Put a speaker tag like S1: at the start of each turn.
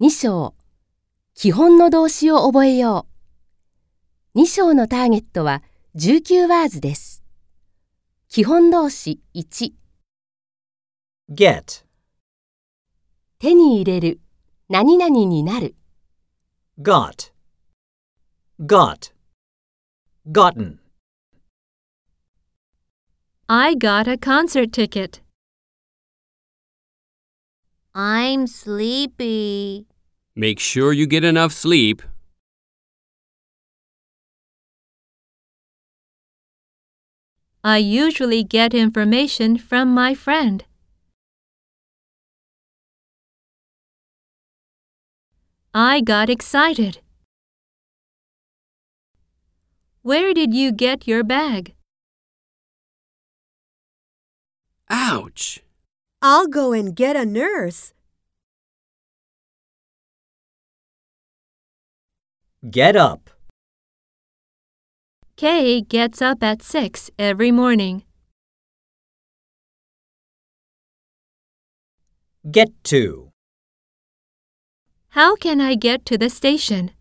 S1: 2章、基本の動詞を覚えよう。2章のターゲットは19ワーズです。基本動詞1、
S2: Get,
S1: 手に入れる、何々になる。
S2: got, got, gotten,
S3: I got a concert ticket. I'm sleepy.
S4: Make sure you get enough sleep.
S3: I usually get information from my friend. I got excited. Where did you get your bag?
S4: Ouch!
S3: I'll go and get a nurse.
S2: get up,
S3: Kay gets up at 6 every morning.
S2: get to,
S3: How can I get to the station?